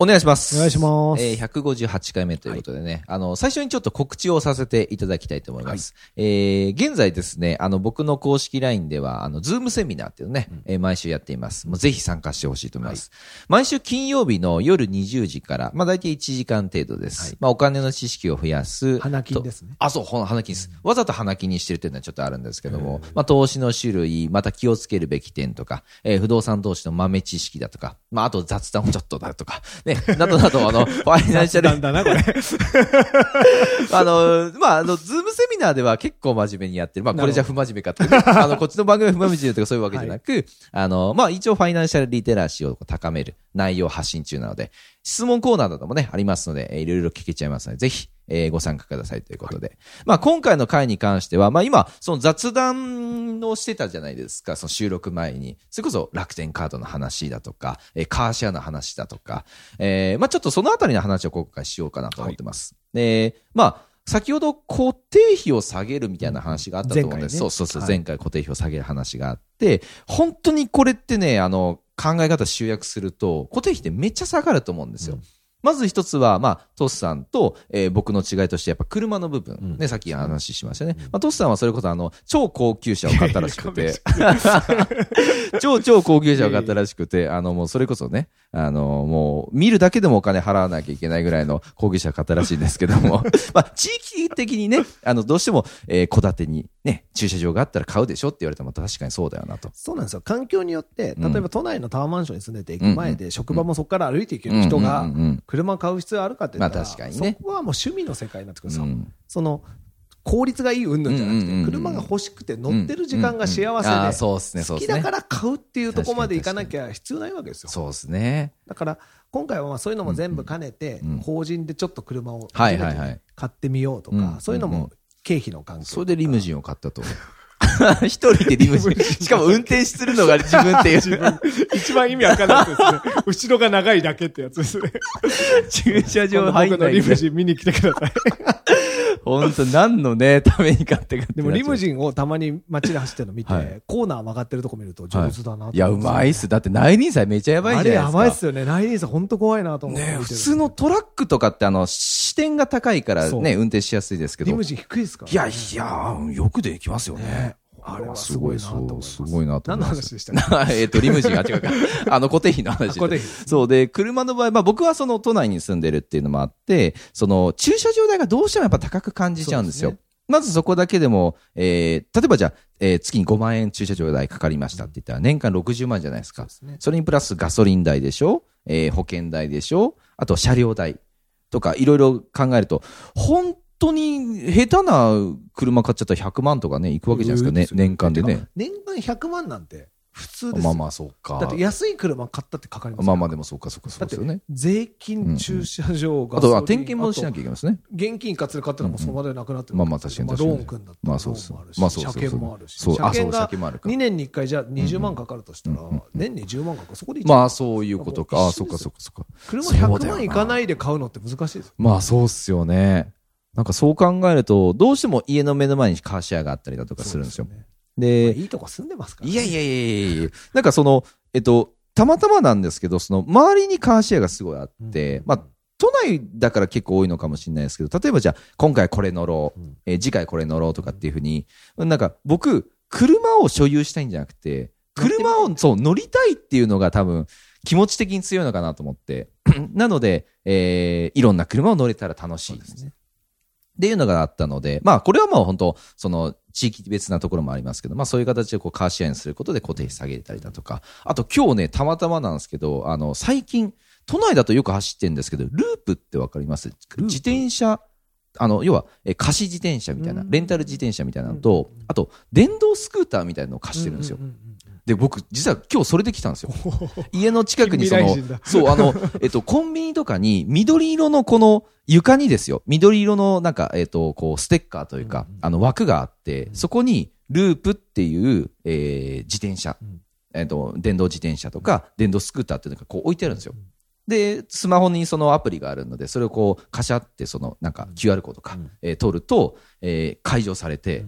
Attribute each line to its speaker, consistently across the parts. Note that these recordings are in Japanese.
Speaker 1: お願いします。
Speaker 2: お願いします
Speaker 1: えー、158回目ということでね、あの、最初にちょっと告知をさせていただきたいと思います。えー、現在ですね、あの、僕の公式 LINE では、あの、ズームセミナーっていうのね、えー毎週やっています。もうぜひ参加してほしいと思います。毎週金曜日の夜20時から、まあ、大体1時間程度です。まあ、お金の知識を増やす。
Speaker 2: 花金
Speaker 1: と
Speaker 2: ですね
Speaker 1: あ、そう、ほん花金です。わざと花金にしてるというのはちょっとあるんですけども、まあ、投資の種類、また気をつけるべき点とか、えー不動産投資の豆知識だとか、まあ、あと雑談をちょっとだとか、ね、などなど、 あの、ファイナンシャル、
Speaker 2: だな、これ。
Speaker 1: あの、まあ、あの、ズームセミナーでは結構真面目にやってる。まあ、これじゃ不真面目かと、 あの、こっちの番組は不真面目とかそういうわけじゃなく、あの、まあ、一応ファイナンシャルリテラシーを高める内容を発信中なので、質問コーナーなどもね、ありますので、えーいろいろ聞けちゃいますので、ぜひ、えーご参加くださいということで。まあ、今回の回に関しては、まあ、今、その雑談をしてたじゃないですか、その収録前に。それこそ楽天カードの話だとか、えーカーシェアの話だとか、えーまあ、ちょっとそのあたりの話を今回しようかなと思ってます。で、まあ、先ほど固定費を下げるみたいな話があったと思うんです。
Speaker 2: 前回ね
Speaker 1: そうそうそう、
Speaker 2: はい
Speaker 1: 前回固定費を下げる話があって、本当にこれってね、あの、考え方集約すると、固定費ってめっちゃ下がると思うんですよ。まず一つは、まあ、トスさんと、えー僕の違いとして、やっぱ車の部分、ね、さっき話しましたね。まあ、トスさんはそれこそ、あの、超高級車を買ったらしく
Speaker 2: いや
Speaker 1: て、 超超高級車を買ったらしくて、あの、もうそれこそね、あの、もう、見るだけでもお金払わなきゃいけないぐらいの高級車を買ったらしいんですけど も、まあ、地域的にね、あの、どうしても、えー戸建てにね、駐車場があったら買うでしょって言われても、確かにそうだよなと。
Speaker 2: そうなんですよ。環境によって、
Speaker 1: うん
Speaker 2: 例えば都内のタワーマンションに住んでて、駅前で職場もそこから歩いていける人
Speaker 1: うん
Speaker 2: が
Speaker 1: うんうんうん、
Speaker 2: 車買う必要あるかって言った
Speaker 1: まあ
Speaker 2: ら、
Speaker 1: 確かにね
Speaker 2: そこはもう趣味の世界になってくるんですよ。
Speaker 1: うん
Speaker 2: その、効率がいい云々じゃなく
Speaker 1: うんうんうんうん
Speaker 2: て、車が欲しくて乗ってる時間が幸
Speaker 1: うんうんうんあー
Speaker 2: せ
Speaker 1: そうっすね
Speaker 2: で、
Speaker 1: そう
Speaker 2: 好
Speaker 1: っす
Speaker 2: き
Speaker 1: ね
Speaker 2: だから買うっていうところまでいかなきゃ必要ないわけですよ。
Speaker 1: そうですね。
Speaker 2: だから、今回はまあそういうのも全部兼ねて
Speaker 1: うんうん、
Speaker 2: 法人でちょっと車を
Speaker 1: は
Speaker 2: 初
Speaker 1: い
Speaker 2: め
Speaker 1: はいはい
Speaker 2: てね買ってみようと
Speaker 1: うんうんうん
Speaker 2: か、そういうのも経費の関係。
Speaker 1: それでリムジンを買ったと。 一人でリムジン。しかも運転するのが 自分っていう。
Speaker 2: 一番意味わかんないです ね。後ろが長いだけってやつですね。
Speaker 1: 駐車場入んないんだよ。
Speaker 2: ン見に来てください。
Speaker 1: 本当何のね、ために買ってかって
Speaker 2: でもリム
Speaker 1: ン
Speaker 2: ジンをたまに街で走ってるの見て、
Speaker 1: はい
Speaker 2: コーナー曲がってるとこ見ると上手だなと思って、
Speaker 1: い、や、うまいっす。だって内輪祭めちゃやばい
Speaker 2: あ
Speaker 1: じ
Speaker 2: れ
Speaker 1: ゃないです
Speaker 2: や
Speaker 1: か。
Speaker 2: ばいっすよね。ライディーさんほんと怖いなと思って見て
Speaker 1: ね
Speaker 2: る。
Speaker 1: 普通のトラックとかってあの、視点が高いから
Speaker 2: そう
Speaker 1: ね、運転しやすいですけど。
Speaker 2: リムジン低いですから
Speaker 1: い
Speaker 2: ね、
Speaker 1: や、いや、よくできますよね。
Speaker 2: あれはすごいなと思います。
Speaker 1: そうすごいなと思います
Speaker 2: 何の話でした っけ
Speaker 1: えっと、リムジンが違うか。あの、固定費の話で
Speaker 2: あ固定費
Speaker 1: そうで、車の場合、まあ僕はその都内に住んでるっていうのもあって、その駐車場代がどうしてもやっぱ高く感じちゃうんですよ。
Speaker 2: そうで
Speaker 1: まずそこだけでも、えー、例えばじゃあ、えー月に5万円駐車場代かかりましたって言ったら、年間60万じゃないですか。
Speaker 2: そうですね
Speaker 1: それにプラスガソリン代でしょ、えー保険代でしょあと車両代とかいろいろ考えると、本当に下手な車買っちゃったら100万とかね、いくわけじゃないですかね、
Speaker 2: うん
Speaker 1: 年間でね。
Speaker 2: 年間100万なんて普通です
Speaker 1: ま
Speaker 2: よ
Speaker 1: あまあ、そうか。
Speaker 2: だって安い車買ったってかかります
Speaker 1: ま
Speaker 2: よ
Speaker 1: あまあ、でもそうか、そうか、そ
Speaker 2: だ
Speaker 1: う
Speaker 2: っ
Speaker 1: で
Speaker 2: て
Speaker 1: すよね。
Speaker 2: 税金、駐車場、が
Speaker 1: あとは点検もしなきゃいけないですね。
Speaker 2: 現金一括で買ったらもうその場でなくなって
Speaker 1: うんうんまあまあ確かに確かに
Speaker 2: ローン組んだって
Speaker 1: まあそうです
Speaker 2: ローンもあるし
Speaker 1: まあそうそう
Speaker 2: 車検もあるし
Speaker 1: そう
Speaker 2: 車
Speaker 1: あそう車
Speaker 2: 検
Speaker 1: 検もある
Speaker 2: が
Speaker 1: か
Speaker 2: 2年に1回じゃあ20万かかるとしたら年に10万かかるそこで一
Speaker 1: まあ、
Speaker 2: 万
Speaker 1: そういうことか。あ、そっか、そっか、そっか。
Speaker 2: 車
Speaker 1: そうだ
Speaker 2: 100
Speaker 1: よな
Speaker 2: 万いかないで買うのって難しいです
Speaker 1: まあそうっすよね。なんかそう考えると、どうしても家の目の前にカーシェアがあったりだとかするんですよ。
Speaker 2: そうね
Speaker 1: で、
Speaker 2: いいとこ住んでますから
Speaker 1: いやいやいやいやいやなんかその、えっと、たまたまなんですけど、その周りにカーシェアがすごいあって、
Speaker 2: うん
Speaker 1: まあ、都内だから結構多いのかもしれないですけど、例えばじゃあ、今回これ乗ろう、
Speaker 2: うん
Speaker 1: えー次回これ乗ろうとかっていうふうに、なんか僕、車を所有したいんじゃなくて、車をそう乗りたいっていうのが多分気持ち的に強いのかなと思 って、なので、えーいろんな車を乗れたら楽しいですね。っていうのがあったので、まあ、これはもう本当、その、地域別なところもありますけど、まあ、そういう形でこう、カーシェアにすることで固定費下げたりだとか、あと今日ね、たまたまなんですけど、あの、最近、都内だとよく走ってるんですけど、ループってわかります自転車、あの、要は、え貸し自転車みたいな
Speaker 2: う、ん
Speaker 1: レンタル自転車みたいなのと、あと、電動スクーターみたいなのを貸してるんですよ
Speaker 2: う。んうんうん
Speaker 1: で、僕、実は今日それで来たんですよ。家の近くにその
Speaker 3: 近未来人だ、
Speaker 1: そう、あの、 えっと、コンビニとかに緑色のこの床にですよ、緑色のなんか、えっと、こう、ステッカーというか、あの枠があって、そこに、ループっていう、えー自転車、えっと、電動自転車とか、電動スクーターっていうのがこう置いてあるんですよ。で、スマホにそのアプリがあるので、それをこう、カシャって、その、なんか QR コードか、えー取ると、えー解除されて、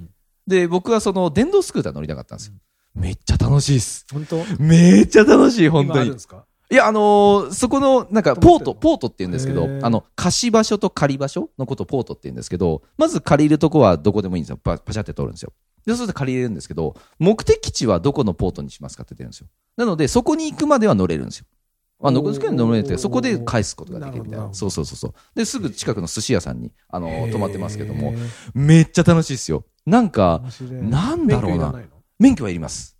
Speaker 1: で、僕はその、電動スクーター乗りたかったんですよ。めっちゃ楽しいっす。
Speaker 2: 本当
Speaker 1: めっちゃ楽しい、本
Speaker 2: 今
Speaker 1: 当
Speaker 2: あるん
Speaker 1: に
Speaker 2: で。すか
Speaker 1: いや、あのーそこの、なんか、ポート、
Speaker 2: 止まってんの
Speaker 1: ポートって言うんですけど
Speaker 2: へ、ー
Speaker 1: あの、貸し場所と借り場所のことをポートって言うんですけど、まず借りるとこはどこでもいいんですよ。パパシャって通るんですよ。で、そうすると借りれるんですけど、目的地はどこのポートにしますかって出るんですよ。なので、そこに行くまでは乗れるんですよ。あの、
Speaker 2: おー
Speaker 1: 乗る乗れるっていうかそこで返すことができるみたい
Speaker 2: な
Speaker 1: な
Speaker 2: るほどなるほ。ど
Speaker 1: そうそうそうそう。で、すぐ近くの寿司屋さんに、あのー泊まってますけども
Speaker 2: へ、ー
Speaker 1: めっちゃ楽しいですよ。なんか、
Speaker 3: 面白い
Speaker 1: なんだろう
Speaker 2: 免許いら
Speaker 1: な。
Speaker 2: ないの
Speaker 1: 免許はいります。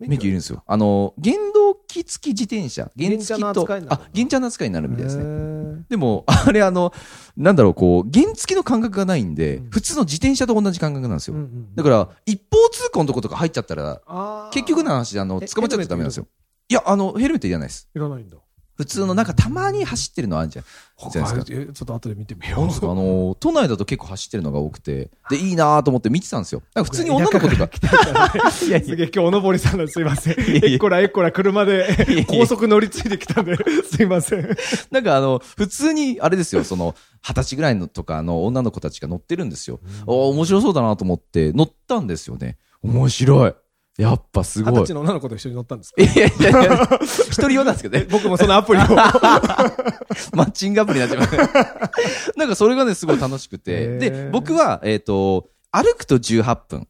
Speaker 1: 免許い
Speaker 2: い
Speaker 1: るんですよ。あの、原動機付き自転車。原付きと
Speaker 2: 原チャの扱いになる
Speaker 1: あ、原チャの扱いになるみたいですね。
Speaker 2: ね
Speaker 1: でも、あれあの、なんだろう、こう、原付きの感覚がないんで、
Speaker 2: うん
Speaker 1: 普通の自転車と同じ感覚なんですよ。だ
Speaker 2: だ
Speaker 1: から、一方通行のとことか入っちゃったら、
Speaker 2: ら
Speaker 1: 結局の話で、あの、
Speaker 2: え
Speaker 1: 捕まっちゃってダメなんですよ。いや、あの、ヘルメットいらないです。
Speaker 2: いらないんだ
Speaker 1: 普通の、なんかたまに走ってるのあるじゃん。じゃないですか。
Speaker 2: かちょっと後で見てみ
Speaker 1: な
Speaker 2: よ
Speaker 1: んですかあの、都内だと結構走ってるのが多くて、で、いいなーと思って見てたんですよ。なんか普通に女の子とか、
Speaker 2: う いやい
Speaker 3: す
Speaker 2: や
Speaker 3: げえ、今日、おのぼりさんなんですいません。
Speaker 1: やいや
Speaker 3: えっこらえっこら車で高速乗り継いできたんで、すいません。
Speaker 1: なんかあの、普通に、あれです よ、その、二十歳ぐらいのとかの女の子たちが乗ってるんですよ。ああ、面白そうだなと思って、乗ったんですよね。面白い。やっぱす
Speaker 2: 二
Speaker 1: ご
Speaker 2: 十
Speaker 1: い。
Speaker 2: 歳の女の子と一緒に乗ったんです か
Speaker 1: いやいやいや、一人用なんですけど ね。
Speaker 3: 僕もそのアプリを。
Speaker 1: マッチングアプリになっちゃいます。 なんかそれがね、すごい楽しく
Speaker 3: へ
Speaker 1: て。
Speaker 3: ー
Speaker 1: で、僕は、えっ、と、歩くと18分、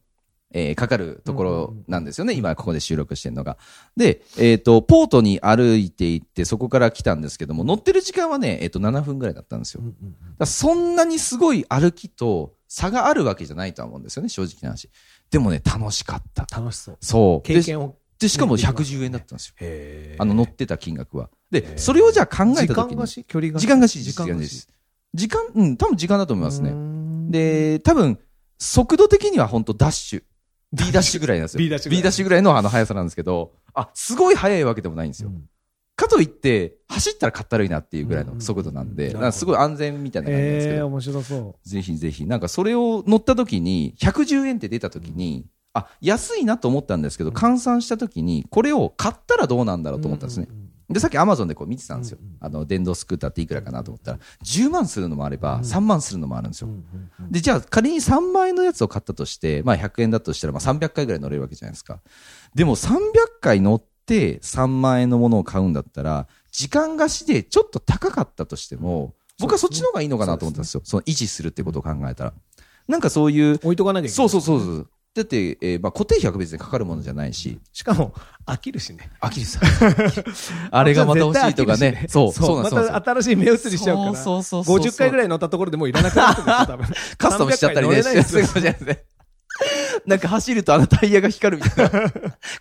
Speaker 1: えーかかるところなんですよね。今、ここで収録してるのが。で、えっ、と、ポートに歩いて行って、そこから来たんですけども、乗ってる時間はね、えっ、と、7分ぐらいだったんですよ。だからそんなにすごい歩きと差があるわけじゃないとは思うんですよね、正直な話。でもね、楽しかった。
Speaker 2: 楽しそう
Speaker 1: そう。
Speaker 2: 経
Speaker 1: で
Speaker 2: 験を
Speaker 1: で、しかも110円だったんですよ。
Speaker 2: へー
Speaker 1: あの、乗ってた金額は。で、それをじゃあ考えた時
Speaker 2: 時間
Speaker 1: に
Speaker 2: がし距離が
Speaker 1: 時間がし、時
Speaker 2: 時
Speaker 1: 間
Speaker 2: 間
Speaker 1: で
Speaker 2: が
Speaker 1: す
Speaker 2: し。
Speaker 1: 時間、うん、多分時間だと思います
Speaker 2: うー
Speaker 1: ね。
Speaker 2: ん
Speaker 1: で、多分、速度的には本当ダッシュ。B ダッシュぐらいなんですよ。
Speaker 3: B ダッシュぐらい
Speaker 1: ぐらいのあの速さなんですけど、あ、すごい速いわけでもないんですよ。
Speaker 2: うん
Speaker 1: かといって、走ったらかったるいなっていうぐらいの速度なんで、
Speaker 2: うんうんうん
Speaker 1: なんかすごい安全みたいな感じなんですけ
Speaker 3: え
Speaker 1: ど
Speaker 3: ー、、面白そ
Speaker 1: ぜひぜひ、なんかそれを乗った時に、110円って出た時に、あ、安いなと思ったんですけど、換算した時に、これを買ったらどうなんだろうと思ったんですね。で、さっきアマゾンでこう見てたんですよ。あの、電動スクーターっていくらかなと思ったら、10万するのもあれば、3万するのもあるんですよ。で、じゃあ仮に3万円のやつを買ったとして、まあ100円だとしたら、まあ300回ぐらい乗れるわけじゃないですか。でも300回乗って3万円のものを買うんだったら、時間貸しでちょっと高かったとしても、僕はそっちの方がいいのかなと思ったんですよ。その維持するってことを考えたら。なんかそういう、
Speaker 2: 置いとかなきゃいけない
Speaker 1: そうそうそうそう。だって、えーまあ固定費は別にかかるものじゃないし、
Speaker 2: しかも飽きるしね
Speaker 1: アキルさん。 あれがまた欲しいと かね。そう、そうなんです
Speaker 2: ま
Speaker 1: そうなんです
Speaker 2: た新しい目移りしちゃうから
Speaker 1: そうそうそうそう
Speaker 2: 50回ぐらい乗ったところでもういらなくなってる でしょ多分
Speaker 1: カスタムしちゃったりね、
Speaker 2: 300回乗れないですよ
Speaker 1: してるかもしれないですね。なんか走るとあのタイヤが光るみたい な。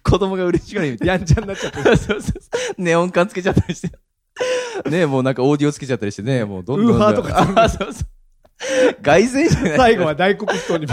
Speaker 1: 子供が嬉しがるみたい
Speaker 2: やんちゃになっちゃってる
Speaker 1: な。 そうそうそうネオン管つけちゃったりして。ねもうなんかオーディオつけちゃったりしてね、もうどんどんどんどん。
Speaker 2: ウーファ
Speaker 1: とか。そうそう。外線じゃない
Speaker 3: 最後は大黒 布団に。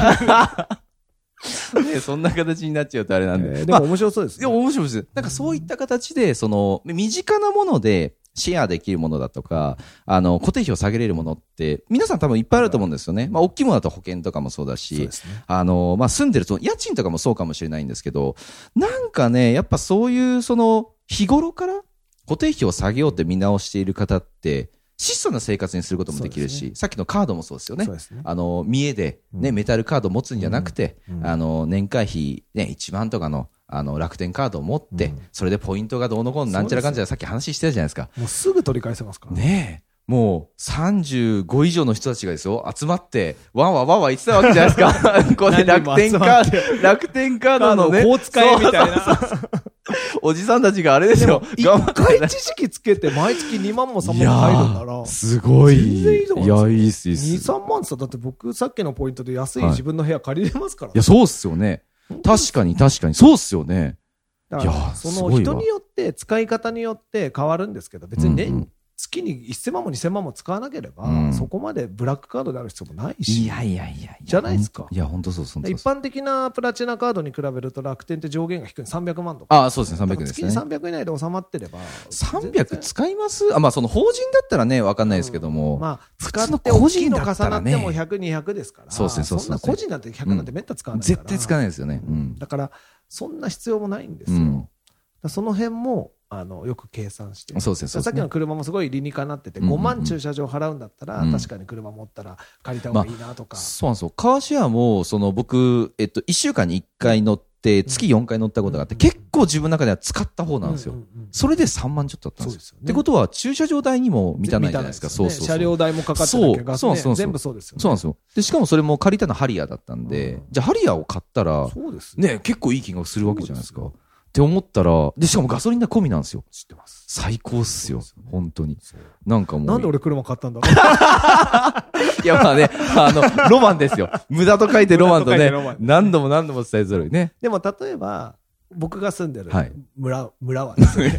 Speaker 1: ねそんな形になっちゃうとあれなんで。
Speaker 2: えーで
Speaker 1: まあ
Speaker 2: も面白そうです
Speaker 1: いや、
Speaker 2: ね
Speaker 1: 面白いです。なんかそういった形で、その、身近なもので、シェアできるものだとか、あの、固定費を下げれるものって、皆さん多分いっぱいあると思うんですよね。まあ、大きいものだと保険とかもそうだ
Speaker 2: そう
Speaker 1: し
Speaker 2: で、すね
Speaker 1: あの、まあ、住んでると、家賃とかもそうかもしれないんですけど、なんかね、やっぱそういう、その、日頃から固定費を下げようって見直している方って、質素な生活にすることもできる
Speaker 2: そう
Speaker 1: し、さっきのカードもそうですよね
Speaker 2: そう。ですね
Speaker 1: あの、見栄で、ね、メタルカード持つんじゃなくて、あの、年会費、ね、1万とかの、あの、楽天カードを持って、それでポイントがどうのこうのなんちゃらかんちゃらさっき話してたじゃないですか。
Speaker 2: もうすぐ取り返せますから
Speaker 1: ねえ。もう35以上の人たちがですよ、集まって、わんわんわんわん言ってたわけじゃないですか。ここで楽天カード、楽天カードのね、
Speaker 3: こう使えみたい
Speaker 1: そうそう
Speaker 3: な。
Speaker 1: そうおじさんたちがあれですよ、頑張
Speaker 2: 一
Speaker 1: って
Speaker 2: 回知識つけて毎月2万も3
Speaker 1: いや
Speaker 2: 万も入るんなら
Speaker 1: ーすごい。
Speaker 2: 全然いいと思います
Speaker 1: や、いいっす、いいっす。
Speaker 2: 23万ってさだって僕さっきのポイントで安い
Speaker 1: はい
Speaker 2: 自分の部屋借りれますか
Speaker 1: い
Speaker 2: ら
Speaker 1: や、そうっすよね。確かに、確かに。そうっすよね。
Speaker 2: だ
Speaker 1: い
Speaker 2: か
Speaker 1: や
Speaker 2: ら
Speaker 1: ー
Speaker 2: そ
Speaker 1: すごい
Speaker 2: の
Speaker 1: わ
Speaker 2: 人によって使い方によって変わるんですけど別に
Speaker 1: うんうん
Speaker 2: 年月に1000万も2000万も使わなければ、
Speaker 1: うん
Speaker 2: そこまでブラックカードである必要もないし。
Speaker 1: いやいやいやや
Speaker 2: じゃないですか
Speaker 1: いや、本当そう、本当そう
Speaker 2: 一般的なプラチナカードに比べると楽天って上限が低い300万とか。
Speaker 1: ああ、そうですね、300円です
Speaker 2: 月
Speaker 1: ね
Speaker 2: に。300以内で収まってれば。
Speaker 1: 300使いますあ、まあ、その法人だったらね、わかんないですけども。
Speaker 2: まあ、
Speaker 1: 普
Speaker 2: 使
Speaker 1: 通の
Speaker 2: って
Speaker 1: 個
Speaker 2: 大きい
Speaker 1: 人
Speaker 2: の
Speaker 1: だ
Speaker 2: 重
Speaker 1: った
Speaker 2: な
Speaker 1: ら
Speaker 2: っても
Speaker 1: ね、
Speaker 2: 100、200ですから。
Speaker 1: そうですねそうですね
Speaker 2: んな個人なんて100なんてめった使わないから、
Speaker 1: 絶対使わないですよね。うん。
Speaker 2: だから、そんな必要もないんです
Speaker 1: う
Speaker 2: よ。だ
Speaker 1: ん
Speaker 2: か。らその辺も、あの、よく計算して。
Speaker 1: そうですね、そう
Speaker 2: さっき
Speaker 1: です
Speaker 2: の
Speaker 1: ね。
Speaker 2: 車もすごい理にかなってて、
Speaker 1: うんうんうん
Speaker 2: 5万駐車場払うんだったら、
Speaker 1: うん
Speaker 2: 確かに車持ったら借りた方がいいなとか、
Speaker 1: そうなんですよ。カーシェアも、その僕、えっと、1週間に1回乗って、月4回乗ったことがあって、
Speaker 2: うん
Speaker 1: 結構自分の中では使った方なんですよ。
Speaker 2: うううん
Speaker 1: それで3万ちょっとだったんですよ。
Speaker 2: そうですよね
Speaker 1: ってことは、駐車場代にも満たないじゃないですか。
Speaker 2: 満た
Speaker 1: そう
Speaker 2: よね
Speaker 1: そうそう。
Speaker 2: 車両代もかかってるわ
Speaker 1: そ
Speaker 2: け
Speaker 1: う
Speaker 2: ガス
Speaker 1: そうなんですそうなん
Speaker 2: ね
Speaker 1: です
Speaker 2: 全部そうですよね。
Speaker 1: そうなんですよ。で、しかもそれも借りたのハリアだったんで、
Speaker 2: うん
Speaker 1: じゃあハリアを買ったら、
Speaker 2: そうです
Speaker 1: ね、結構いい金額するわけじゃないですか。
Speaker 2: そう
Speaker 1: っ
Speaker 2: で
Speaker 1: て思ったら、で、しかもガソリン代込みなんですよ。
Speaker 2: 知ってます。
Speaker 1: 最高っすよ。
Speaker 2: そうですよね
Speaker 1: 本当に。なんかもう。
Speaker 2: なんで俺車買ったん だろ
Speaker 1: いや、まあね、あの、ロマンですよ。無駄と書いてロマンと
Speaker 3: 無駄
Speaker 1: ね
Speaker 3: と書いてロマン、
Speaker 1: 何度も何度も伝えざるをね
Speaker 2: う。。でも例えば、僕が住んでる
Speaker 1: はい
Speaker 2: 村,、村は ですね、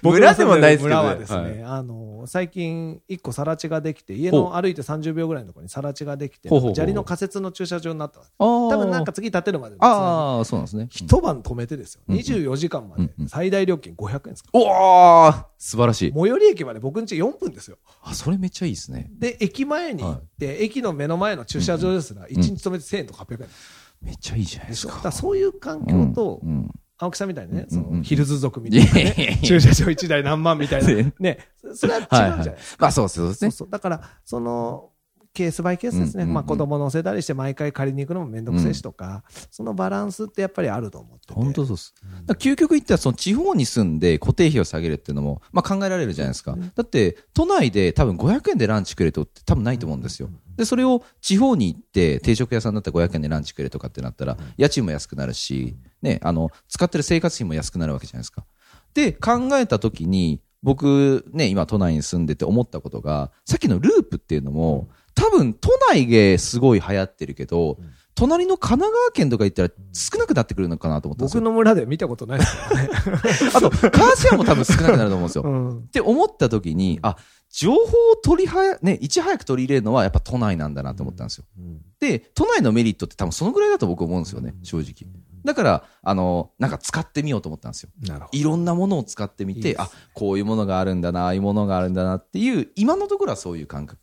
Speaker 3: 僕
Speaker 1: 村
Speaker 3: が
Speaker 1: で
Speaker 3: 住
Speaker 1: も
Speaker 3: ん
Speaker 1: な
Speaker 3: で
Speaker 1: いで
Speaker 3: る
Speaker 1: すけど
Speaker 2: 村
Speaker 1: ね。
Speaker 2: はですね、
Speaker 1: はい
Speaker 2: あの、最近一個更地ができて、家の歩いて30秒ぐらいのところに更地ができて、
Speaker 1: ほうほうほう
Speaker 2: 砂利の仮設の駐車場になったんです。
Speaker 1: あー
Speaker 2: 多分なんか次建てるまでのつなぎ
Speaker 1: ああ、そうなんですね。
Speaker 2: 一晩止めてですよ、
Speaker 1: うん
Speaker 2: 24時間まで
Speaker 1: うんうん
Speaker 2: 最大料金500円ですか、
Speaker 1: おおー素晴らしい。
Speaker 2: 最寄り駅まで僕ん家4分ですよ
Speaker 1: あ、それめっちゃいいですね。
Speaker 2: で駅前に行って、駅の目の前の駐車場ですら1日止めて1000円とか800円
Speaker 1: めっちゃいいじゃない
Speaker 2: で
Speaker 1: で
Speaker 2: し
Speaker 1: す
Speaker 2: ょ、だ
Speaker 1: か。
Speaker 2: からそういう環境と、
Speaker 1: うんうん
Speaker 2: 青木さんみたいにね、
Speaker 1: うんうんうん
Speaker 2: そのヒルズ族みたいな、
Speaker 1: いやいやい
Speaker 2: ね
Speaker 1: や、
Speaker 2: 駐車場1台何万みたいな
Speaker 1: ね、
Speaker 2: ね、それは違うじ
Speaker 1: は
Speaker 2: ゃ
Speaker 1: い
Speaker 2: ない
Speaker 1: は
Speaker 2: ですか
Speaker 1: い。 まあそうですねそうです
Speaker 2: そう
Speaker 1: ね。
Speaker 2: そうだからそのケースバイケースです
Speaker 1: うんう
Speaker 2: ね、
Speaker 1: んうん
Speaker 2: まあ、子供乗せたりして毎回借りに行くのも面倒くせえしとか、そのバランスってやっぱりあると思ってて
Speaker 1: 本当そうです。だから究極言ったら、その地方に住んで固定費を下げるっていうのも、まあ考えられるじゃないですか。だって、都内で多分500円でランチくれとって多分ないと思うんですよ。で、それを地方に行って、定食屋さんだったら500円でランチくれとかってなったら、家賃も安くなるし、ね、あの、使ってる生活費も安くなるわけじゃないですか。で、考えた時に、僕ね、今都内に住んでて思ったことが、さっきのループっていうのも、多分都内ですごい流行ってるけど、隣の神奈川県とか行ったら少なくなってくるのかなと思ったんですよ
Speaker 2: 僕の村で見たことないですからね、
Speaker 1: あと、カーシェアも多分少なくなると思うんですよ。
Speaker 2: う
Speaker 1: っ
Speaker 2: ん
Speaker 1: て思った時に、あ、情報を取りはや、ね、いち早く取り入れるのはやっぱ都内なんだなと思ったんですよ。で、都内のメリットって多分そのぐらいだと僕思うんですよね、正直。だから、あの、なんか使ってみようと思ったんですよ。
Speaker 2: なるほ
Speaker 1: いろんなものを使ってみて、
Speaker 2: いいですね
Speaker 1: あ、こういうものがあるんだな、ああいうものがあるんだなっていう、今のところはそういう感覚。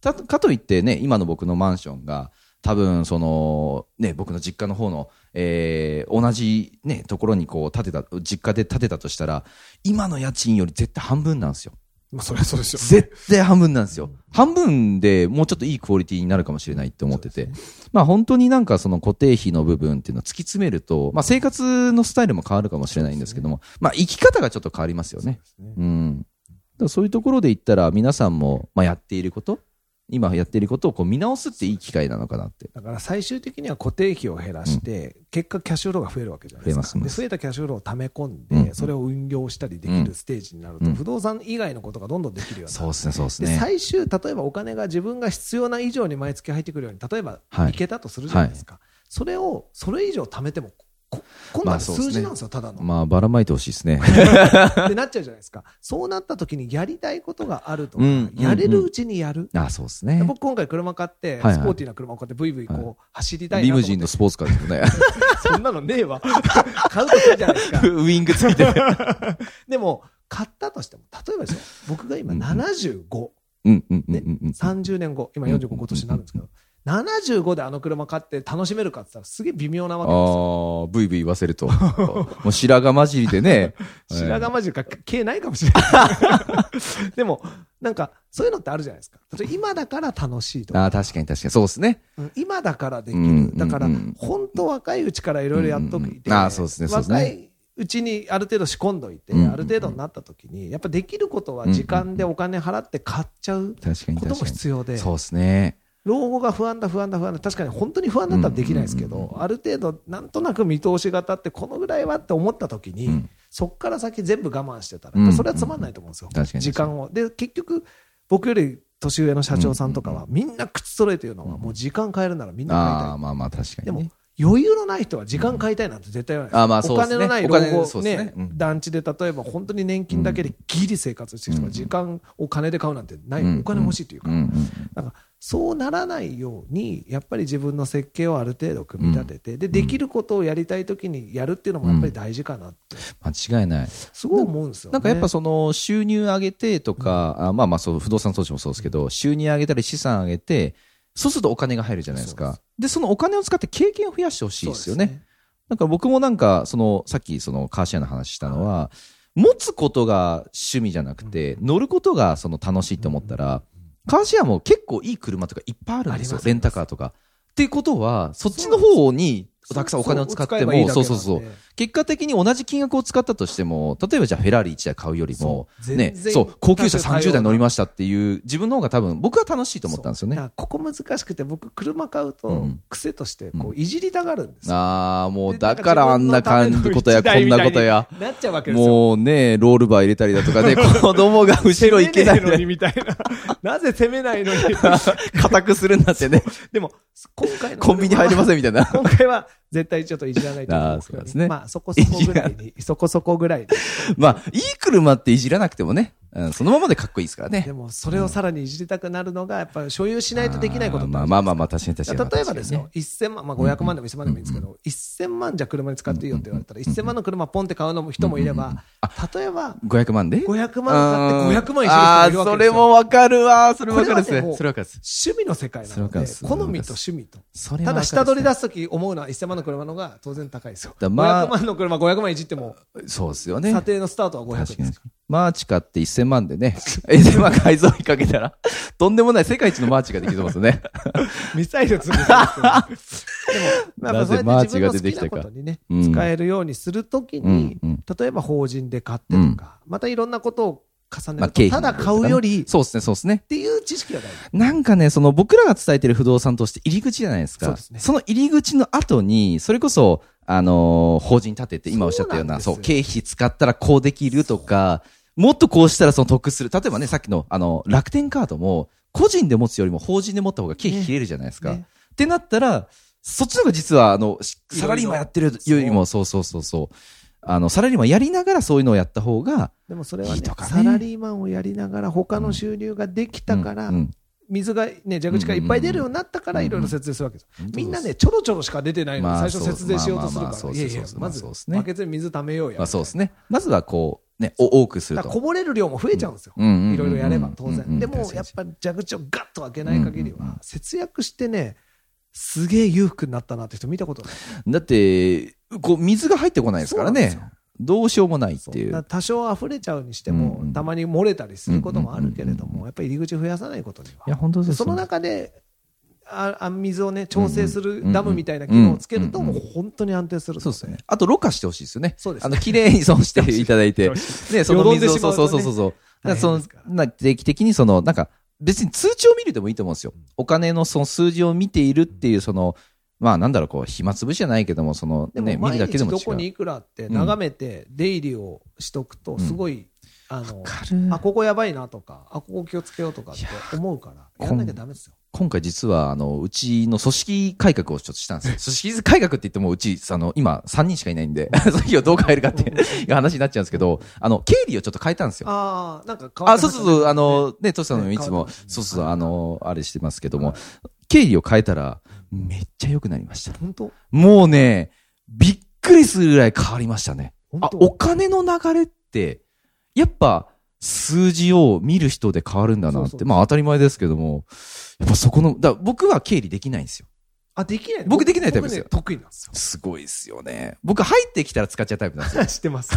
Speaker 1: たかといってね、今の僕のマンションが、多分、その、ね、僕の実家の方の、えー同じね、ところにこう、建てた、実家で建てたとしたら、今の家賃より絶対半分なんですよ。
Speaker 2: まあ、それはそうですよ
Speaker 1: 絶対半分なんですよ。半分でもうちょっといいクオリティになるかもしれないって思ってて。まあ本当になんかその固定費の部分っていうのを突き詰めると、まあ生活のスタイルも変わるかもしれないんですけども、まあ生き方がちょっと変わりますよね。うん。だからそういうところで言ったら皆さんも、まあやっていること、今やっていることをこう見直すっていい機会なのかなって。
Speaker 2: だから最終的には固定費を減らして、結果キャッシュフローが増えるわけじゃないですか。
Speaker 1: 増え
Speaker 2: で
Speaker 1: ます
Speaker 2: 増えたキャッシュフローを溜め込ん
Speaker 1: うんうん
Speaker 2: で、それを運用したりで
Speaker 1: う
Speaker 2: き
Speaker 1: ん
Speaker 2: るステージになると、
Speaker 1: うん
Speaker 2: 不動産以外のことがどんどんできるようにな
Speaker 1: そう
Speaker 2: る。
Speaker 1: ですね、そうです
Speaker 2: で
Speaker 1: ね。
Speaker 2: 最終、例えばお金が自分が必要な以上に毎月入ってくるように、例えば
Speaker 1: はい
Speaker 2: いけたとするじゃないですか、それをそれ以上貯めても、こ今度
Speaker 1: まあ
Speaker 2: は
Speaker 1: そうですね
Speaker 2: 数字なんですよ、ただ の。
Speaker 1: まあばらまいてほしいですね。
Speaker 2: ってなっちゃうじゃないですか、そうなった時にやりたいことがあるとか
Speaker 1: うんうん、うん
Speaker 2: やれるうちにやる、
Speaker 1: あそうですね。
Speaker 2: 僕、今回、車買って、
Speaker 1: はいはい
Speaker 2: スポーティーな車を買って、ブイブイ
Speaker 1: は
Speaker 2: こう走りたいな
Speaker 1: リ
Speaker 2: と思
Speaker 1: ム
Speaker 2: って
Speaker 1: ジンのスポーツカーですよね。
Speaker 2: そんなのねえわ。 買うとするじゃないですか。
Speaker 1: ウィングついてる。
Speaker 2: でも、買ったとしても、例えばですよ、僕が今
Speaker 1: うんうん
Speaker 2: 75、
Speaker 1: うんうんうんう
Speaker 2: ね
Speaker 1: んうん。
Speaker 2: 30年後、今45今年になるんですけど、75であの車買って楽しめるかって言ったらすげえ微妙なわけですよ。。
Speaker 1: ああ、ブイブイ言わせると。 もう白髪混じりで ね
Speaker 2: 白
Speaker 1: え
Speaker 2: 髪混じるか、消えないかもしれない。 でも、なんか、そういうのってあるじゃないですか。例えば今だから楽しいと
Speaker 1: ー
Speaker 2: か、
Speaker 1: あー確かに確かに。そうですね。
Speaker 2: うん今だからでき
Speaker 1: うんうんう
Speaker 2: る。
Speaker 1: ん
Speaker 2: だから、本当若いうちからいろいろやっといて、
Speaker 1: うんうんあーそうですねそうですね
Speaker 2: 若いうちにある程度仕込んどいて、
Speaker 1: うんうんうん
Speaker 2: ある程度になった時に、やっぱできることは時間でお金払って買っちゃう
Speaker 1: 確かに確かに。
Speaker 2: ことも必要で、
Speaker 1: そうですね。
Speaker 2: 老後が不安だ不安だ不安だ、確かに本当に不安だったらできないですけど、
Speaker 1: うんうん
Speaker 2: ある程度なんとなく見通しが立って、このぐらいはって思った時に、
Speaker 1: うん
Speaker 2: そこから先全部我慢してたら、
Speaker 1: うんうん
Speaker 2: それはつまんないと思うんですよ。
Speaker 1: 確かに確かに
Speaker 2: 時間を。で、結局、僕より年上の社長さんとかは、みんな口揃えて言うのは、もう時間変えるならみんな変えたい
Speaker 1: ああ、まあまあ確か
Speaker 2: で
Speaker 1: に
Speaker 2: も
Speaker 1: ね。、
Speaker 2: 余裕のない人は時間買いたいなんて絶対言わない
Speaker 1: あまあそう
Speaker 2: お
Speaker 1: ですね
Speaker 2: 金のない
Speaker 1: お金
Speaker 2: 老
Speaker 1: そ
Speaker 2: 後
Speaker 1: うで
Speaker 2: ね
Speaker 1: すねうん
Speaker 2: 団地で例えば本当に年金だけでギリ生活してる人が時間を金で買うなんてない、
Speaker 1: うん
Speaker 2: お金欲しいというか、
Speaker 1: うん
Speaker 2: なんかそうならないようにやっぱり自分の設計をある程度組み立てて、でできることをやりたいときにやるっていうのもやっぱり大事かなって
Speaker 1: 間違いない。
Speaker 2: すごい思うんですよ、ね、
Speaker 1: なんかやっぱその収入上げてとか、あまあまあそう、不動産投資もそうですけど、収入上げたり資産上げて、そうするとお金が入るじゃないですか。で、そのお金を使って経験を増やしてほしいですよね。
Speaker 2: そう
Speaker 1: なんか僕もなんか、その、さっきそのカーシェアの話したのは、持つことが趣味じゃなくて、乗ることがその楽しいと思ったら、カーシェアも結構いい車とかいっぱいあるんですよ
Speaker 2: あ。ります
Speaker 1: レンタカーとか。っていうことは、そっちの方にたくさんお金を使っても、そうそうそう。結果的に同じ金額を使ったとしても、例えばじゃあフェラーリ1台買うよりも、
Speaker 2: そう
Speaker 1: ね、
Speaker 2: 全然
Speaker 1: そう、高級車
Speaker 2: 多種多
Speaker 1: 30
Speaker 2: 様な
Speaker 1: 台乗りましたっていう、自分の方が多分、僕は楽しいと
Speaker 2: と
Speaker 1: 思ったんですよね。
Speaker 2: ここ難しくて僕車買う
Speaker 1: う
Speaker 2: と
Speaker 1: ん
Speaker 2: 癖としてこういじりたがるんですよ、
Speaker 1: ああ、もうだからあんな感じことや、
Speaker 3: で
Speaker 1: こんなことや。
Speaker 2: なっちゃうわけですよ
Speaker 1: もうね、ロールバー入れたりだと かで、子供が後ろ行けない
Speaker 3: 攻めねえのに
Speaker 1: で、
Speaker 3: みたいな。
Speaker 2: なぜ責め ないのに
Speaker 1: 固くするんだってね、
Speaker 2: でも今回の
Speaker 1: コンビニ入りませんみたいな。
Speaker 2: 今回は絶対ちょっといじらないと思うんですけど、
Speaker 1: あーそうですね
Speaker 2: まあそこそこぐらいに、そこそこぐらいで。
Speaker 1: まあ、いい車っていじらなくてもね、うんそのままでかっこいいですからね
Speaker 2: で。もそれをさらにいじりたくなるのが、やっぱり所有しないとできないこと
Speaker 1: あー
Speaker 2: って
Speaker 1: ま
Speaker 2: あ
Speaker 1: あ
Speaker 2: る
Speaker 1: まあまあまあ、確かに
Speaker 2: じゃ
Speaker 1: 確
Speaker 2: な
Speaker 1: か
Speaker 2: い
Speaker 1: に。
Speaker 2: ですか例えばですよ、1000万、まあ500万でも1000万でもいいんですけど、1000万じゃ車に使っていいよって言われたら、1000万の車ポンって買うのも人もいれば、例えば
Speaker 1: 500万で
Speaker 2: 500万買って500万にする人
Speaker 1: あ
Speaker 2: も
Speaker 1: あ
Speaker 2: いる
Speaker 1: ー、
Speaker 2: わけ
Speaker 1: そ
Speaker 2: です
Speaker 1: れ
Speaker 2: よ。
Speaker 1: もわかるわ。それわかるっす
Speaker 2: こ
Speaker 1: ね
Speaker 2: れはねも。う
Speaker 1: それわかるっす。
Speaker 2: 趣味の世界なの
Speaker 1: それは
Speaker 2: で
Speaker 1: 分か、る
Speaker 2: 好みと趣味と。
Speaker 1: それは
Speaker 2: た
Speaker 1: 分かる
Speaker 2: だ下取り出すとき思うのは1000万の車の方が当然高いですよ。
Speaker 1: だまあ
Speaker 2: 500万の車500万いじっても、
Speaker 1: そうですよね。
Speaker 2: 査定のスタートは500です
Speaker 1: 確か
Speaker 2: か
Speaker 1: らに。。マーチ買って1000万でね、1000万 改造費かけたら、とんでもない世界一のマーチができそうです ね。
Speaker 2: ミサイル潰すんですけど でも、まあ、
Speaker 1: な
Speaker 2: そう
Speaker 1: ぜ
Speaker 2: や
Speaker 1: マー
Speaker 2: って
Speaker 1: チ
Speaker 2: 自
Speaker 1: が
Speaker 2: 分
Speaker 1: 出てき
Speaker 2: の好き
Speaker 1: た
Speaker 2: な
Speaker 1: か
Speaker 2: ことにね、
Speaker 1: うん
Speaker 2: 使えるようにするときに、
Speaker 1: うん
Speaker 2: 例えば法人で買ってとか、またいろんなことを重ね
Speaker 1: まあ、
Speaker 2: ると、
Speaker 1: 経費
Speaker 2: ただ買うより、っ
Speaker 1: そうですね、そうですね。
Speaker 2: ていう知識が大事。
Speaker 1: なんかね、その僕らが伝えてる不動産として入り口じゃないですか。
Speaker 2: そうですね
Speaker 1: の入り口の後に、それこそ、あのー法人立てて、今おっしゃったような、そ
Speaker 2: そううなんです
Speaker 1: 経費使ったらこうできるとか、もっとこうしたらその得する。例えばね、さっきの、あの、楽天カードも、個人で持つよりも法人で持った方が経費切れるじゃないですか。
Speaker 2: ねね
Speaker 1: ってなったら、そっちの方が実は、あの、し
Speaker 2: いろいろ
Speaker 1: サラリーマンやってるよりも、そうそうそうそう。あの、サラリーマンやりながらそういうのをやった方が、
Speaker 2: でもそれはね
Speaker 1: いいとかね
Speaker 2: サラリーマンをやりながら、他の収入ができたから、
Speaker 1: うんうん
Speaker 2: 水がね、蛇口からいっぱい出るようになったから、
Speaker 1: うん
Speaker 2: いろいろ節税するわけです、
Speaker 1: うん
Speaker 2: みんなね、ちょろちょろしか出てないのに、
Speaker 1: まあ
Speaker 2: 最初節税しようとするか
Speaker 1: そうまあまあまあ
Speaker 2: ら、いやいや
Speaker 1: そうそう、そう
Speaker 2: まず
Speaker 1: そうですね
Speaker 2: バケツに水溜めようや、
Speaker 1: まあそうですね。まずはこう、ね、お多くする
Speaker 2: だ
Speaker 1: と
Speaker 2: から。こぼれる量も増えちゃうんですよ。
Speaker 1: い
Speaker 2: いろいろやれば当然。でも、やっ
Speaker 1: ぱ
Speaker 2: ぱ蛇口をガッと開けない限りは、節約してね、すげえ裕福になったなって人見たことない。
Speaker 1: だってこう水が入ってこないですから
Speaker 2: そう
Speaker 1: ね
Speaker 2: なんで
Speaker 1: どうしようもないっ
Speaker 2: そう
Speaker 1: てい
Speaker 2: だから
Speaker 1: う
Speaker 2: 多少溢れちゃうにして
Speaker 1: うんうん
Speaker 2: も、たまに漏れたりすることもあるけれども、やっぱり入り口増やさないことに
Speaker 1: いや
Speaker 2: は。
Speaker 1: 本当です
Speaker 2: その
Speaker 1: ね
Speaker 2: 中で、ああ水をね、調整す
Speaker 1: うんうん
Speaker 2: るダムみたいな機能をつけると、
Speaker 1: うんうん
Speaker 2: もう本当に安定するの。
Speaker 1: そうですねあとろ過してほしいですよね
Speaker 2: そうです
Speaker 1: あ の綺麗に損していただいて
Speaker 3: よ
Speaker 1: ねその水を
Speaker 2: よどんでしまうと
Speaker 1: そうそ
Speaker 2: ね
Speaker 1: うそうそうだから
Speaker 2: 大
Speaker 1: そ
Speaker 2: 変
Speaker 1: の
Speaker 2: ですから
Speaker 1: な定期的にそのなんか別に通知を見るでもいいと思うんですよお金のその数字を見ているっていうそのまあなんだろうこう暇つぶしじゃないけどもその
Speaker 2: で
Speaker 1: ね
Speaker 2: も、
Speaker 1: 見る
Speaker 2: 毎
Speaker 1: だけで
Speaker 2: 日
Speaker 1: も
Speaker 2: ど
Speaker 1: 違
Speaker 2: こに
Speaker 1: う
Speaker 2: いくらって眺めて、出入りをしとくと、すごい、あ の、あ、ここやばいなとか、あ、ここ気をつけようとかって思うから、やんなきゃダメですよ。
Speaker 1: 今回実は、あの、うちの組織改革をちょっとしたんですよ。 組織改革って言っても、うち、あの、今、3人しかいないんで、 組織をどう変えるかっていう話になっちゃうんですけど、あの、経理をちょっと変えたんですよ。
Speaker 2: ああ、なんか変わ
Speaker 1: あ、
Speaker 2: って
Speaker 1: そう
Speaker 2: ました
Speaker 1: そう
Speaker 2: ね
Speaker 1: そう、あの、ね、トシさんの
Speaker 2: ね
Speaker 1: いつも、
Speaker 2: 変わってますね
Speaker 1: そうそうそう、
Speaker 2: はい
Speaker 1: あの、あれしてますけども、経理を変えたら、めっちゃ良くなりました。
Speaker 2: 本当
Speaker 1: もうね、びっくりするぐらい変わりましたね。あ
Speaker 2: 本、当
Speaker 1: お金の流れって、やっぱ、数字を見る人で変わるんだなっ
Speaker 2: そう
Speaker 1: て、
Speaker 2: そう
Speaker 1: まあ当たり前ですけども、やっぱそこの、だ僕は経理できないんですよ。
Speaker 2: あ、できないの
Speaker 1: 僕できないタイプですよ
Speaker 2: 僕ね得意なんですよ。
Speaker 1: すごいですよね。僕入ってきたら使っちゃうタイプなんで すよ。
Speaker 2: 知ってます。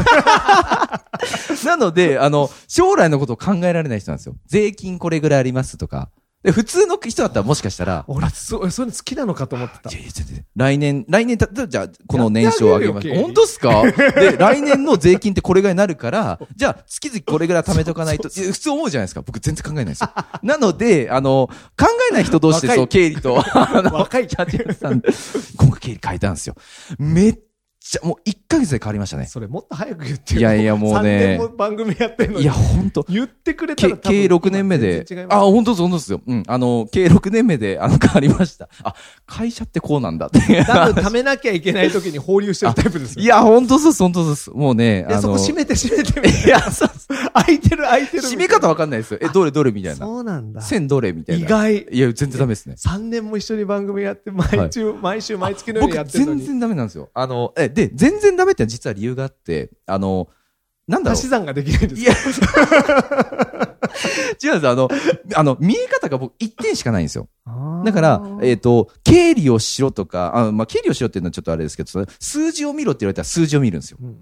Speaker 1: なので、あの、将来のことを考えられない人なんですよ。税金これぐらいありますとか。で、普通の人だったらもしかしたら、
Speaker 2: 俺、そう、そういうの好きなのかと思ってた
Speaker 1: いや。いや全然来年、来年、たたじゃあ、この年賞を上げます。
Speaker 3: やってあげるよ経理
Speaker 1: 本当っすかで、来年の税金ってこれぐらいになるから、 じゃあ、月々これぐらい貯めとかないと、いや普通思うじゃないですか。僕全然考えないんですよ。なので、あの、考えない人同士で、
Speaker 2: 若い
Speaker 1: そう、経理と、あの、
Speaker 2: 若い
Speaker 1: キャッチャーさん、今回経理変えたんですよ。めっちゃ、もう1ヶ月で変わりましたね。
Speaker 2: それもっと早く言って
Speaker 1: いやいやもうね
Speaker 2: 3年も番組やってるの
Speaker 1: い
Speaker 2: に
Speaker 1: や、ほ んと。
Speaker 2: 言ってくれた
Speaker 1: け
Speaker 2: ら多分
Speaker 1: 計6年目で
Speaker 2: 全然違い、ます
Speaker 1: あ、本当です、本当ですよ。うん。あの、計6年目で、あの、変わりました。あ、会社ってこうなんだって。
Speaker 2: 多分貯めなきゃいけない時に放流してるタイプですよ
Speaker 1: いや、本当です、本当です。もうね、
Speaker 2: で
Speaker 1: あ
Speaker 2: そこ
Speaker 1: の、
Speaker 2: 閉めて閉めてみたい
Speaker 1: いや、そうです
Speaker 2: な開いてる開いてる
Speaker 1: 締め方わかんないですよ。え、どれどれみたいな。
Speaker 2: そうなんだ
Speaker 1: 線どれみたい
Speaker 2: 意
Speaker 1: な。
Speaker 2: 外
Speaker 1: いや、全然ダメですね。
Speaker 2: 3年も一緒に番組やって毎週、毎週毎月のようにや
Speaker 1: 僕、
Speaker 2: ってるの
Speaker 1: 全
Speaker 2: に
Speaker 1: 然ダメなんですよ。あの、え、で、全然ダメって実は理由があって、あの、なんだろ
Speaker 2: 足し算ができないんで
Speaker 1: う。
Speaker 2: す
Speaker 1: い
Speaker 2: よ
Speaker 1: や、 違うんですあの、あの、見え方が僕1点しかないんですよ。だから、えっ、と、経理をしろとか、あまあ、経理をしろっていうのはちょっとあれですけど、その数字を見ろって言われたら数字を見るんですよ。
Speaker 2: うんうん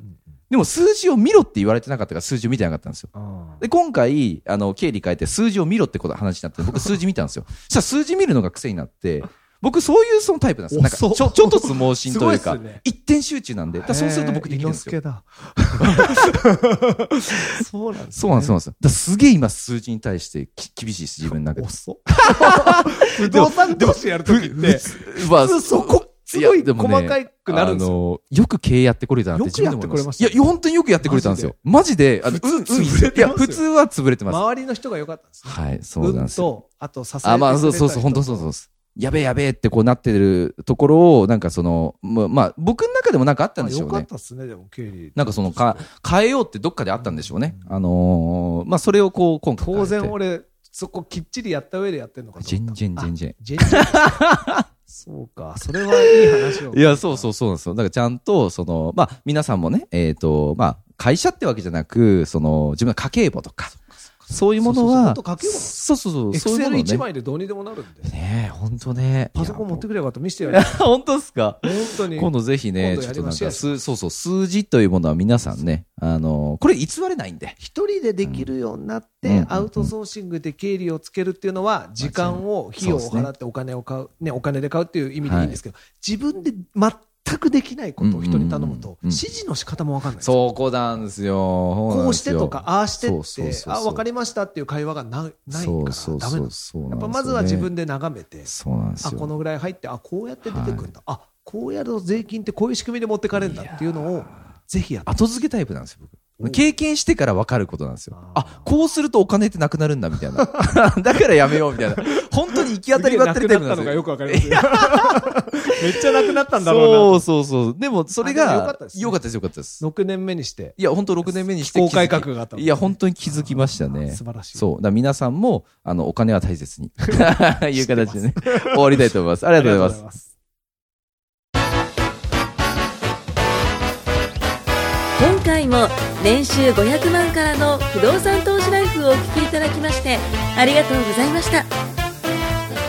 Speaker 1: でも数字を見ろって言われてなかったから数字を見てなかったんですよ。
Speaker 2: あー
Speaker 1: で、今回、あの、経理変えて数字を見ろってこと話になって、僕数字見たんです よ。そしたら数字見るのが癖になって、僕そういうそのタイプなんですよ。なんか、ち
Speaker 2: 遅
Speaker 1: ょ、
Speaker 2: っ
Speaker 1: ちょっとつ盲信という
Speaker 2: す
Speaker 1: か、
Speaker 2: ごいっすね
Speaker 1: 一点集中なんで、だからそうすると僕できるんです
Speaker 2: へ
Speaker 1: よ。
Speaker 2: ー伊之助だそうなんです
Speaker 1: そうなんです、そうなんですよ。だからすげえ今数字に対してき厳しいです、自分の中で。
Speaker 2: 遅っ不動産投資やるときって
Speaker 1: ふまあ
Speaker 2: 普通そこす
Speaker 1: や
Speaker 2: ごい
Speaker 1: でもね
Speaker 2: 細かくなるんです
Speaker 1: あ
Speaker 2: よ
Speaker 1: のよく経営やってこれたなって
Speaker 2: よく
Speaker 1: 自分でも思い
Speaker 2: やってこれま
Speaker 1: ま
Speaker 2: し
Speaker 1: す。
Speaker 2: た
Speaker 1: い
Speaker 2: ね
Speaker 1: や、本当によくやってくれたんですよ。マジで、あの、
Speaker 2: 普通
Speaker 1: うんうん
Speaker 2: 潰れ
Speaker 1: い
Speaker 2: て
Speaker 1: や、
Speaker 2: ますよ
Speaker 1: 普通は潰れてます。
Speaker 2: 周りの人が良かったんですね
Speaker 1: はい、そうなんですよ。
Speaker 2: 運とあと支えてくれた人
Speaker 1: あ、まあ、そうそうそう、本当そうそうです。やべえやべえってこうなってるところを、なんかその、ままあ、僕の中でもなんかあったんでしょ
Speaker 2: あ
Speaker 1: う
Speaker 2: よかっ
Speaker 1: ね。
Speaker 2: たですね、でも、経理。
Speaker 1: なんかそのか、変えようってどっかであったんでしょうね。あのーまあ、それをこう、今回変えて。
Speaker 2: 当然俺、そこきっちりやった上でやってんのかと
Speaker 1: ジェ
Speaker 2: 思
Speaker 1: ン
Speaker 2: った。
Speaker 1: ジェンジェンジェン。
Speaker 2: ジェンジェン そうか、それはいい話を。
Speaker 1: いや、そうそうそうなんですよ。だからちゃんと、その、まあ、皆さんもね、えっ、と、まあ、会社ってわけじゃなく、その、自分の家計簿とか、そういうものは、
Speaker 2: そうそうそう本当家計簿
Speaker 1: そうそうそう、
Speaker 2: エク
Speaker 1: そうい
Speaker 2: セ
Speaker 1: うも
Speaker 2: ル
Speaker 1: のを
Speaker 2: 一
Speaker 1: ね。
Speaker 2: 枚でどうにでもなるんで。
Speaker 1: ねえ、ほんとね。
Speaker 2: パソコン持って
Speaker 1: く
Speaker 2: くればよかった、見せて やる。本
Speaker 1: 本当ですか
Speaker 2: 当に。
Speaker 1: 今度ぜひね、
Speaker 2: 今
Speaker 1: ちょ
Speaker 2: 度や
Speaker 1: っ
Speaker 2: り
Speaker 1: と
Speaker 2: ま
Speaker 1: なん
Speaker 2: しょう
Speaker 1: か、数そうそう、数字というものは皆さんね、あの、これ偽れないんで。
Speaker 2: 一人でできるようになっ
Speaker 1: うんうんう
Speaker 2: て
Speaker 1: ん、
Speaker 2: アウトソーシングで経理をつけるっていうのは、時間を、費用を
Speaker 1: そうですね
Speaker 2: 払ってお金を買う、ね、お金で買うっていう意味でいいんですけど、自分で全くできないことを人に頼む
Speaker 1: うんうん
Speaker 2: と、
Speaker 1: うん
Speaker 2: 指示の仕方もわかんないですよ
Speaker 1: そこなんですよ。こ
Speaker 2: こうしてとか、ああして
Speaker 1: そうそうそう
Speaker 2: って、
Speaker 1: そう
Speaker 2: あ、わかりましたっていう会話がなない
Speaker 1: そう
Speaker 2: か
Speaker 1: そ
Speaker 2: ら、
Speaker 1: う
Speaker 2: ダメ
Speaker 1: そ
Speaker 2: なん
Speaker 1: う
Speaker 2: です。
Speaker 1: そうな
Speaker 2: や
Speaker 1: んで
Speaker 2: っ
Speaker 1: すよね
Speaker 2: ぱまずは自分で眺めて、
Speaker 1: そうなんです
Speaker 2: あ、
Speaker 1: よ。
Speaker 2: このぐらい入って、あ、こうやって出てくるんだ。あ、こうやると税金ってこういう仕組みで持ってかれるんだっていうのを、ぜひやって。
Speaker 1: 後付けタイプなんですよ、
Speaker 2: お
Speaker 1: 僕。経験してから分かることなんですよ。
Speaker 2: あー
Speaker 1: あ、こうするとお金ってなくなるんだ、みたいな。 だからやめよう、みたいな。本当に行き当たりばったりタイプなんですよ。
Speaker 3: くわかりますよめっちゃなくなったんだろ
Speaker 1: そううそうそう。でも、それ
Speaker 2: あでもよか
Speaker 1: が
Speaker 2: ったで、すね
Speaker 1: 良かったです、良かったです。
Speaker 2: 6年目にして、
Speaker 1: いや、本当6年目にして
Speaker 3: 非
Speaker 1: 気
Speaker 3: 公開
Speaker 1: づ
Speaker 3: 覚悟があった
Speaker 1: き。いや、本当に気づきましたね。
Speaker 2: 素晴らしい。
Speaker 1: そう。だから皆さんも、あの、お金は大切 に。いう形でね、終わりたいと思います。あり
Speaker 3: な。
Speaker 1: がとうございます。
Speaker 3: ます。
Speaker 4: 今回も年収500万からの不動産投資ライフをお聞きいただきましてありがとうございました